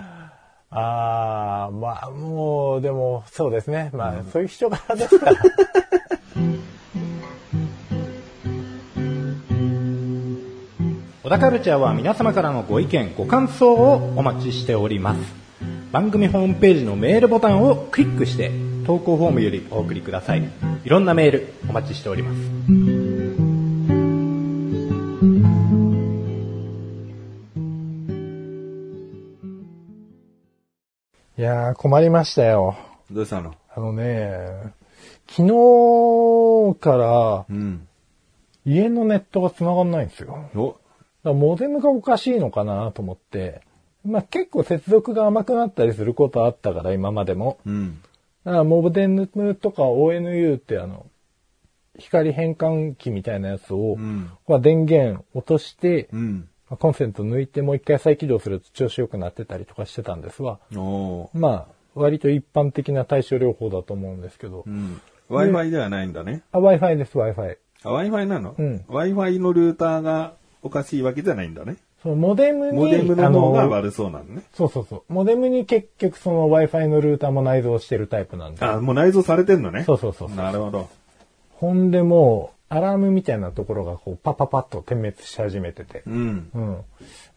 [SPEAKER 1] ああ、まあもう、でも、そうですね。まあ、そういう人柄ですから。
[SPEAKER 3] 小田カルチャーは皆様からのご意見、ご感想をお待ちしております。番組ホームページのメールボタンをクリックして、投稿フォームよりお送りください。いろんなメールお待ちしております。
[SPEAKER 1] いやー、困りましたよ。
[SPEAKER 2] どうしたの
[SPEAKER 1] あのね、昨日から
[SPEAKER 2] うん。
[SPEAKER 1] 家のネットが繋がんないんですよ。だか
[SPEAKER 2] お、
[SPEAKER 1] らモデムがおかしいのかなと思って、まあ結構接続が甘くなったりすることあったから、今までも。
[SPEAKER 2] うん。
[SPEAKER 1] だからモデムとか ONU ってあの、光変換器みたいなやつを、
[SPEAKER 2] ん
[SPEAKER 1] まあ電源落として、
[SPEAKER 2] うん。
[SPEAKER 1] まあコンセント抜いてもう一回再起動すると調子良くなってたりとかしてたんですわ。
[SPEAKER 2] おー
[SPEAKER 1] まあ、割と一般的な対処療法だと思うんですけど。
[SPEAKER 2] うん。Wi-Fi ではないんだね。
[SPEAKER 1] あ、Wi-Fi です、Wi-Fi。
[SPEAKER 2] あ、Wi-Fi なの
[SPEAKER 1] うん
[SPEAKER 2] ?Wi-Fi のルーターがおかしいわけじゃないんだね。
[SPEAKER 1] そのモデムに、
[SPEAKER 2] モデムの方
[SPEAKER 1] あ
[SPEAKER 2] が
[SPEAKER 1] の
[SPEAKER 2] 悪そうなのね。
[SPEAKER 1] そうそうそう。モデムに結局その Wi-Fi のルーターも内蔵してるタイプなんで。
[SPEAKER 2] あ、もう内蔵されてんのね。
[SPEAKER 1] そうそうそうそう。
[SPEAKER 2] なるほど。
[SPEAKER 1] ほんでもう、アラームみたいなところがこう、パパパッと点滅し始めてて。
[SPEAKER 2] うん。
[SPEAKER 1] うん。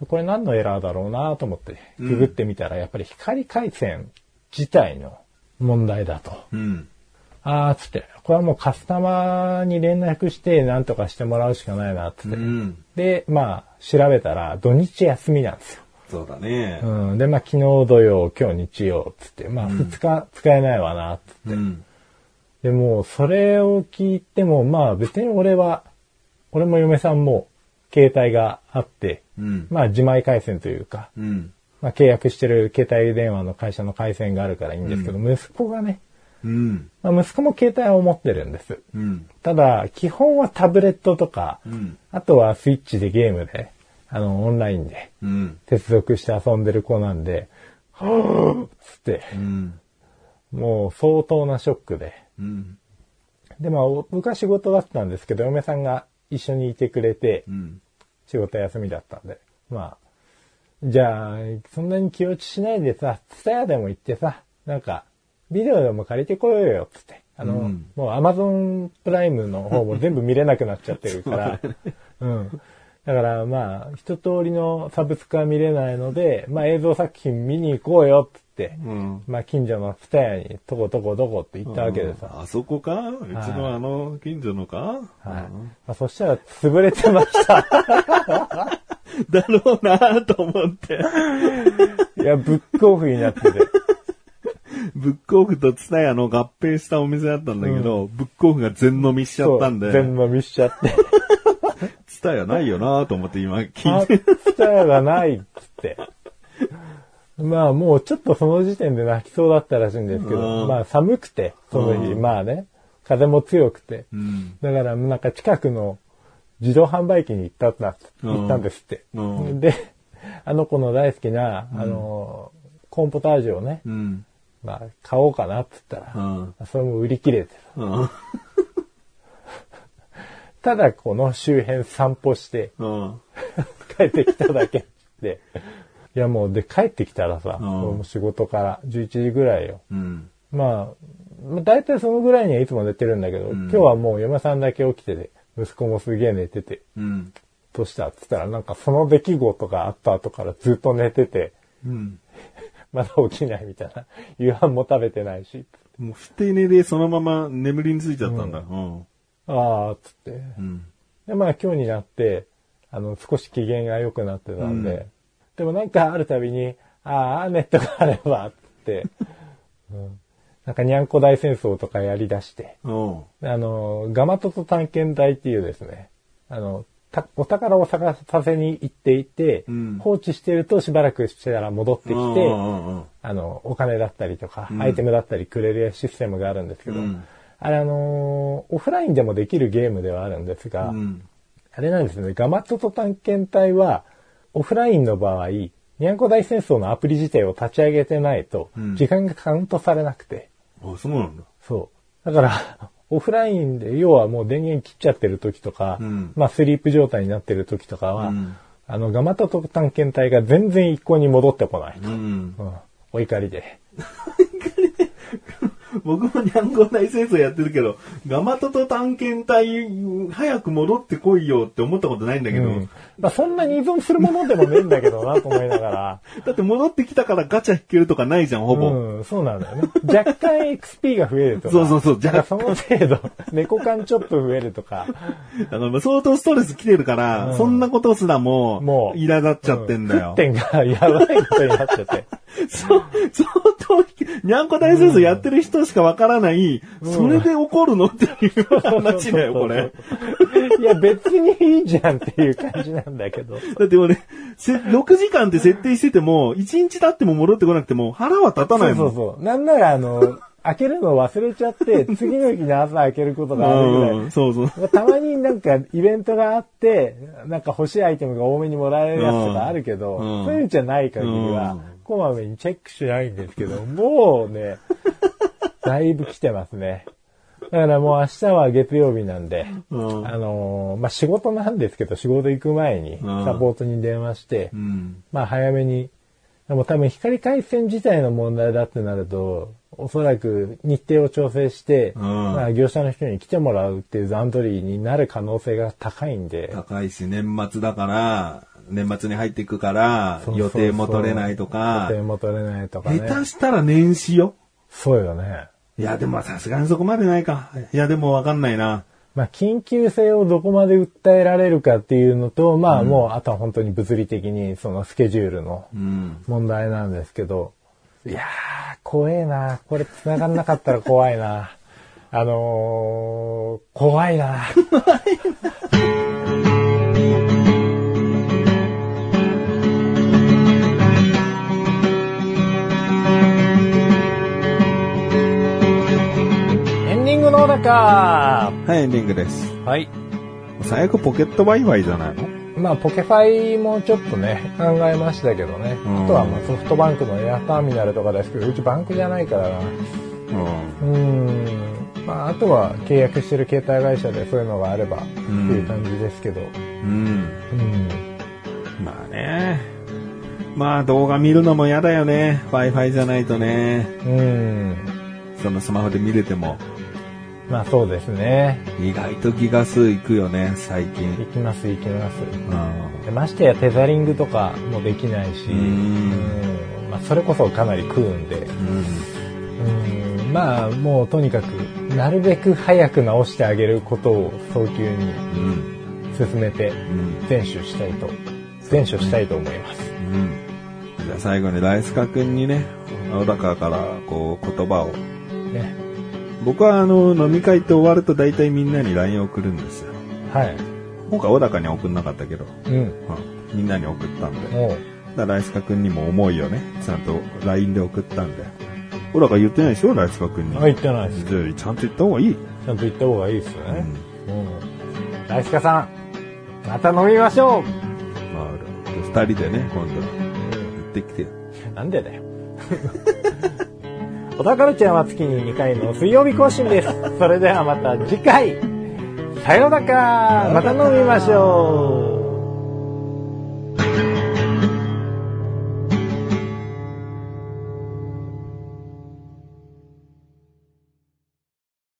[SPEAKER 1] これ何のエラーだろうなと思って、ググってみたら、やっぱり光回線自体の問題だと。
[SPEAKER 2] うん。
[SPEAKER 1] あー、つって。これはもうカスタマーに連絡して何とかしてもらうしかないな、つって。
[SPEAKER 2] うん。
[SPEAKER 1] で、まあ、調べたら土日休みなんですよ。
[SPEAKER 2] そうだね。
[SPEAKER 1] うん。で、まあ、昨日土曜、今日日曜、つって。まあ、2日使えないわな、つって。
[SPEAKER 2] うん。
[SPEAKER 1] でも、それを聞いても、まあ、別に俺は、俺も嫁さんも、携帯があって、
[SPEAKER 2] うん。
[SPEAKER 1] まあ、自前回線というか、
[SPEAKER 2] うん。
[SPEAKER 1] まあ、契約してる携帯電話の会社の回線があるからいいんですけど、息子がね、
[SPEAKER 2] うん。
[SPEAKER 1] まあ、息子も携帯を持ってるんです。
[SPEAKER 2] うん。
[SPEAKER 1] ただ、基本はタブレットとか、
[SPEAKER 2] うん。
[SPEAKER 1] あとはスイッチでゲームで、あの、オンラインで
[SPEAKER 2] うん。
[SPEAKER 1] 接続して遊んでる子なんで、はぁつって、
[SPEAKER 2] うん。
[SPEAKER 1] もう相当なショックで。
[SPEAKER 2] うん。
[SPEAKER 1] で、まあ、お僕は仕事だったんですけど、嫁さんが一緒にいてくれて
[SPEAKER 2] う、ん。
[SPEAKER 1] 仕事休みだったんで、まあ、じゃあ、そんなに気落ちしないでさ、ツタヤでも行ってさ、なんか、ビデオでも借りてこようよ、つって。あの、
[SPEAKER 2] うん
[SPEAKER 1] もう Amazon プライムの方も全部見れなくなっちゃってる から、うん。だからまあ、一通りのサブスクは見れないので、まあ映像作品見に行こうよ、つって、
[SPEAKER 2] うん。
[SPEAKER 1] まあ近所のツタヤに、とことこどこって行ったわけでさ、
[SPEAKER 2] あそこかうちのあの近所のか
[SPEAKER 1] はい。まあ、そしたら潰れてました。
[SPEAKER 2] だろうなと思って。
[SPEAKER 1] いや、ブックオフになってて。
[SPEAKER 2] ブックオフとツタヤの合併したお店だったんだけど、ブックオフが全飲みしちゃったん
[SPEAKER 1] そう
[SPEAKER 2] で、
[SPEAKER 1] 全部見しちゃって。
[SPEAKER 2] ツタヤないよなと思って今 聞
[SPEAKER 1] あ
[SPEAKER 2] いて。
[SPEAKER 1] ツタヤがないっつって。まあもうちょっとその時点で泣きそうだったらしいんですけ
[SPEAKER 2] う
[SPEAKER 1] ど、
[SPEAKER 2] ん
[SPEAKER 1] まあ寒くて、その日、
[SPEAKER 2] うん
[SPEAKER 1] まあね、風も強くて。
[SPEAKER 2] うん。
[SPEAKER 1] だからなんか近くの自動販売機に行ったんだ、
[SPEAKER 2] うん
[SPEAKER 1] 行ったんですって。
[SPEAKER 2] うん
[SPEAKER 1] で、あの子の大好きな、あの、コーンポタージュをね、
[SPEAKER 2] うん。
[SPEAKER 1] まあ、買おうかなって言った
[SPEAKER 2] う
[SPEAKER 1] ら、
[SPEAKER 2] ん。
[SPEAKER 1] それも売り切れてた。
[SPEAKER 2] うん。
[SPEAKER 1] ただ、この周辺散歩して、
[SPEAKER 2] うん。
[SPEAKER 1] 帰ってきただけで。 いや、もう、で、帰ってきたらさ、
[SPEAKER 2] うん
[SPEAKER 1] もう仕事から11時ぐらいよ。
[SPEAKER 2] うん。
[SPEAKER 1] まあ、まあ大体そのぐらいにはいつも寝てるんだけど、今日はもう嫁さんだけ起きてて、息子もすげえ寝てて、
[SPEAKER 2] うん。
[SPEAKER 1] どうしたって言ったら、なんかその出来事があった後からずっと寝てて、
[SPEAKER 2] うん。
[SPEAKER 1] まだ起きないみたいな。夕飯も食べてないし。
[SPEAKER 2] もう、ふて寝でそのまま眠りについちゃったんだ。うん。
[SPEAKER 1] ああ、つって。
[SPEAKER 2] うん。
[SPEAKER 1] で、まあ今日になって、あの、少し機嫌が良くなってたんで、
[SPEAKER 2] うん
[SPEAKER 1] でもなんかあるたびに、ああ、雨とかあれば、って、 うんなんかにゃんこ大戦争とかやり出して、
[SPEAKER 2] うん。
[SPEAKER 1] あの、ガマトと探検隊っていうですね、あの、たお宝を探させに行っていて、
[SPEAKER 2] うん
[SPEAKER 1] 放置してるとしばらくしたら戻ってきて、
[SPEAKER 2] うんうん
[SPEAKER 1] あの、お金だったりとか、
[SPEAKER 2] うん
[SPEAKER 1] アイテムだったりくれるシステムがあるんですけど、
[SPEAKER 2] うん
[SPEAKER 1] あれあのーオフラインでもできるゲームではあるんですが、
[SPEAKER 2] うん。
[SPEAKER 1] あれなんですね、ガマットと探検隊は、オフラインの場合、ニャンコ大戦争のアプリ自体を立ち上げてないと
[SPEAKER 2] うん、
[SPEAKER 1] 時間がカウントされなくて、
[SPEAKER 2] うん。あ、そうなんだ。
[SPEAKER 1] そう。だから、 オフラインで、要はもう電源切っちゃってる時とか、
[SPEAKER 2] うん
[SPEAKER 1] まあスリープ状態になってる時とかは、
[SPEAKER 2] うん
[SPEAKER 1] あの、ガマットと探検隊が全然一向に戻ってこないと。
[SPEAKER 2] うん。
[SPEAKER 1] うんお怒りで。
[SPEAKER 2] 僕もにゃんこ大戦争やってるけど、ガマトと探検隊、早く戻ってこいよって思ったことないんだけど、
[SPEAKER 1] うんまあ、そんなに依存するものでもねえんだけどなと思いながら。
[SPEAKER 2] だって戻ってきたからガチャ引けるとかないじゃ ん、ほぼ。
[SPEAKER 1] うん、そうなんだよね。若干 XP が増えるとか。
[SPEAKER 2] そうそうそう
[SPEAKER 1] なんかその程度、猫缶ちょっと増えるとか。
[SPEAKER 2] だからまあ相当ストレス来てるから、そんなことすらも、
[SPEAKER 1] もう
[SPEAKER 2] 苛立っちゃってんだよ。
[SPEAKER 1] 点がやばいことになっちゃって。
[SPEAKER 2] そう、相当、にゃんこ大戦争やってる人しかわからない、それで怒るのっていう話だよ、これ。
[SPEAKER 1] いや、別にいいじゃんっていう感じなんだけど。
[SPEAKER 2] だって俺、せ6時間って設定してても、1日経っても戻ってこなくても腹は立たない
[SPEAKER 1] そう
[SPEAKER 2] も。
[SPEAKER 1] んそうそう。なんなら、あの、開けるの忘れちゃって、次の日の朝開けることがあるぐらい。
[SPEAKER 2] うん、そうそう。
[SPEAKER 1] たまになんかイベントがあって、なんか欲しいアイテムが多めにもらえるやつとかあるけど、
[SPEAKER 2] うん
[SPEAKER 1] そういうんじゃない限りは、
[SPEAKER 2] うん
[SPEAKER 1] こまめにチェックしないんですけど、もう ね、だいぶ来てますね。だからもう明日は月曜日なんで、
[SPEAKER 2] うん
[SPEAKER 1] あのーまあ、仕事なんですけど、仕事行く前に
[SPEAKER 2] うん
[SPEAKER 1] サポートに電話して、
[SPEAKER 2] うん。
[SPEAKER 1] まあ早めに、でも多分光回線自体の問題だってなると、おそらく日程を調整して、
[SPEAKER 2] ん
[SPEAKER 1] まあ業者の人に来てもらうっていう段取りになる可能性が高いんで、
[SPEAKER 2] 高いし、年末だから、年末に入っていくから、
[SPEAKER 1] そうそう
[SPEAKER 2] 予
[SPEAKER 1] そう
[SPEAKER 2] 定も取れないとか
[SPEAKER 1] 予、定も取れないとかね。
[SPEAKER 2] 下手したら年始よ。
[SPEAKER 1] そうよね。
[SPEAKER 2] いや、でもさすがにそこまでないか。いや、でもわかんないな。
[SPEAKER 1] まあ緊急性をどこまで訴えられるかっていうのと、まあもうあとは本当に物理的にそのスケジュールの
[SPEAKER 2] うん。
[SPEAKER 1] 問題なんですけど、いやー、怖えな。これ繋がんなかったら怖いな。あのー、怖いな。エンディングの中
[SPEAKER 2] はい、エンディングです。
[SPEAKER 1] はい。
[SPEAKER 2] 最悪ポケット Wi-Fi じゃないの
[SPEAKER 1] まあ、ポケファイもちょっとね、考えましたけどね。
[SPEAKER 2] うん
[SPEAKER 1] あとはまあソフトバンクのエアターミナルとかですけど、うちバンクじゃないからな。うーん。まあ、あとは契約してる携帯会社でそういうのがあればっていう感じですけど。
[SPEAKER 2] うん。うん。
[SPEAKER 1] うん。
[SPEAKER 2] まあね。まあ動画見るのも嫌だよね。Wi-Fi じゃないとね。
[SPEAKER 1] うん。
[SPEAKER 2] そのスマホで見れても。
[SPEAKER 1] まあ、そうですね。
[SPEAKER 2] 意外とギガ数いくよね、最近。
[SPEAKER 1] 行きます、行きます。
[SPEAKER 2] うん。
[SPEAKER 1] でましてやテザリングとかもできないし、
[SPEAKER 2] う
[SPEAKER 1] うんん。まあ、それこそかなり食うんで。うんまあもうとにかくなるべく早く直してあげることを早急に
[SPEAKER 2] うん。うん。
[SPEAKER 1] 進めて
[SPEAKER 2] うん。
[SPEAKER 1] 全処したいと全処したいと思います
[SPEAKER 2] うん。じゃあ最後にライスカ君にね、小高からこう言葉を。
[SPEAKER 1] ね
[SPEAKER 2] 僕はあの飲み会って終わると大体みんなに LINE 送るんですよ。
[SPEAKER 1] はい
[SPEAKER 2] 今回小高には送んなかったけど、
[SPEAKER 1] うん
[SPEAKER 2] うんみんなに送ったんで。
[SPEAKER 1] も
[SPEAKER 2] だからライスカ君にも思いをね、ちゃんと LINE で送ったんで。ほらが言ってないでしょ、ライスカ君
[SPEAKER 1] う
[SPEAKER 2] に。
[SPEAKER 1] あ言ってないです
[SPEAKER 2] じゃあ、ちゃんと言った方がいい。
[SPEAKER 1] ちゃんと言った方がいいですよねうん大塚さんまた飲みましょう
[SPEAKER 2] まあ、二人でね、今度、行ってきてよ。
[SPEAKER 1] なんでだよ 小田カルチャーは月に2回の水曜日更新です。それではまた次回。さようならまた飲みましょう